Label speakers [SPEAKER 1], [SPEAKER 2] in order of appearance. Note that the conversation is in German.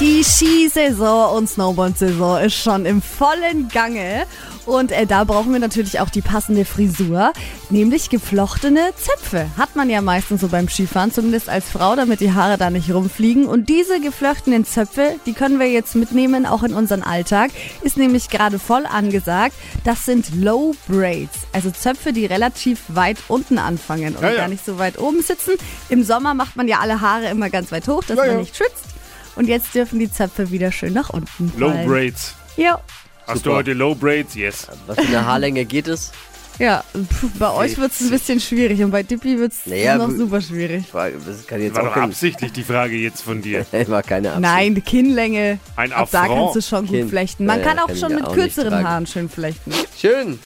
[SPEAKER 1] Die Skisaison und Snowboard-Saison ist schon im vollen Gange. Und äh, da brauchen wir natürlich auch die passende Frisur, nämlich geflochtene Zöpfe. Hat man ja meistens so beim Skifahren, zumindest als Frau, damit die Haare da nicht rumfliegen. Und diese geflochtenen Zöpfe, die können wir jetzt mitnehmen, auch in unseren Alltag. Ist nämlich gerade voll angesagt. Das sind Low Braids, also Zöpfe, die relativ weit unten anfangen und
[SPEAKER 2] Ja, ja.
[SPEAKER 1] gar nicht so weit oben sitzen. Im Sommer macht man ja alle Haare immer ganz weit hoch, dass
[SPEAKER 2] Ja,
[SPEAKER 1] man
[SPEAKER 2] ja.
[SPEAKER 1] nicht schützt. Und jetzt dürfen die Zöpfe wieder schön nach unten fallen.
[SPEAKER 2] Low Braids.
[SPEAKER 1] Ja.
[SPEAKER 2] Hast du
[SPEAKER 3] Super.
[SPEAKER 2] heute Low Braids? Yes.
[SPEAKER 3] Was für eine Haarlänge geht es?
[SPEAKER 1] Ja, pf, bei euch wird's ein bisschen schwierig und bei Dippi wird's
[SPEAKER 3] Naja,
[SPEAKER 1] noch
[SPEAKER 3] w-
[SPEAKER 1] super schwierig.
[SPEAKER 3] Frage, Das kann ich jetzt
[SPEAKER 2] War
[SPEAKER 3] auch
[SPEAKER 2] doch
[SPEAKER 3] kein,
[SPEAKER 2] absichtlich die Frage jetzt von dir.
[SPEAKER 3] war keine Absicht.
[SPEAKER 1] Nein, die Kinnlänge.
[SPEAKER 2] Ein
[SPEAKER 1] Ab da
[SPEAKER 2] Affront.
[SPEAKER 1] kannst du schon gut
[SPEAKER 3] Kind.
[SPEAKER 1] flechten. Man
[SPEAKER 3] Naja,
[SPEAKER 1] kann auch
[SPEAKER 3] kann ich
[SPEAKER 1] schon
[SPEAKER 3] ja
[SPEAKER 1] mit
[SPEAKER 3] auch nicht
[SPEAKER 1] kürzeren
[SPEAKER 3] tragen.
[SPEAKER 1] Haaren schön flechten.
[SPEAKER 3] Schön.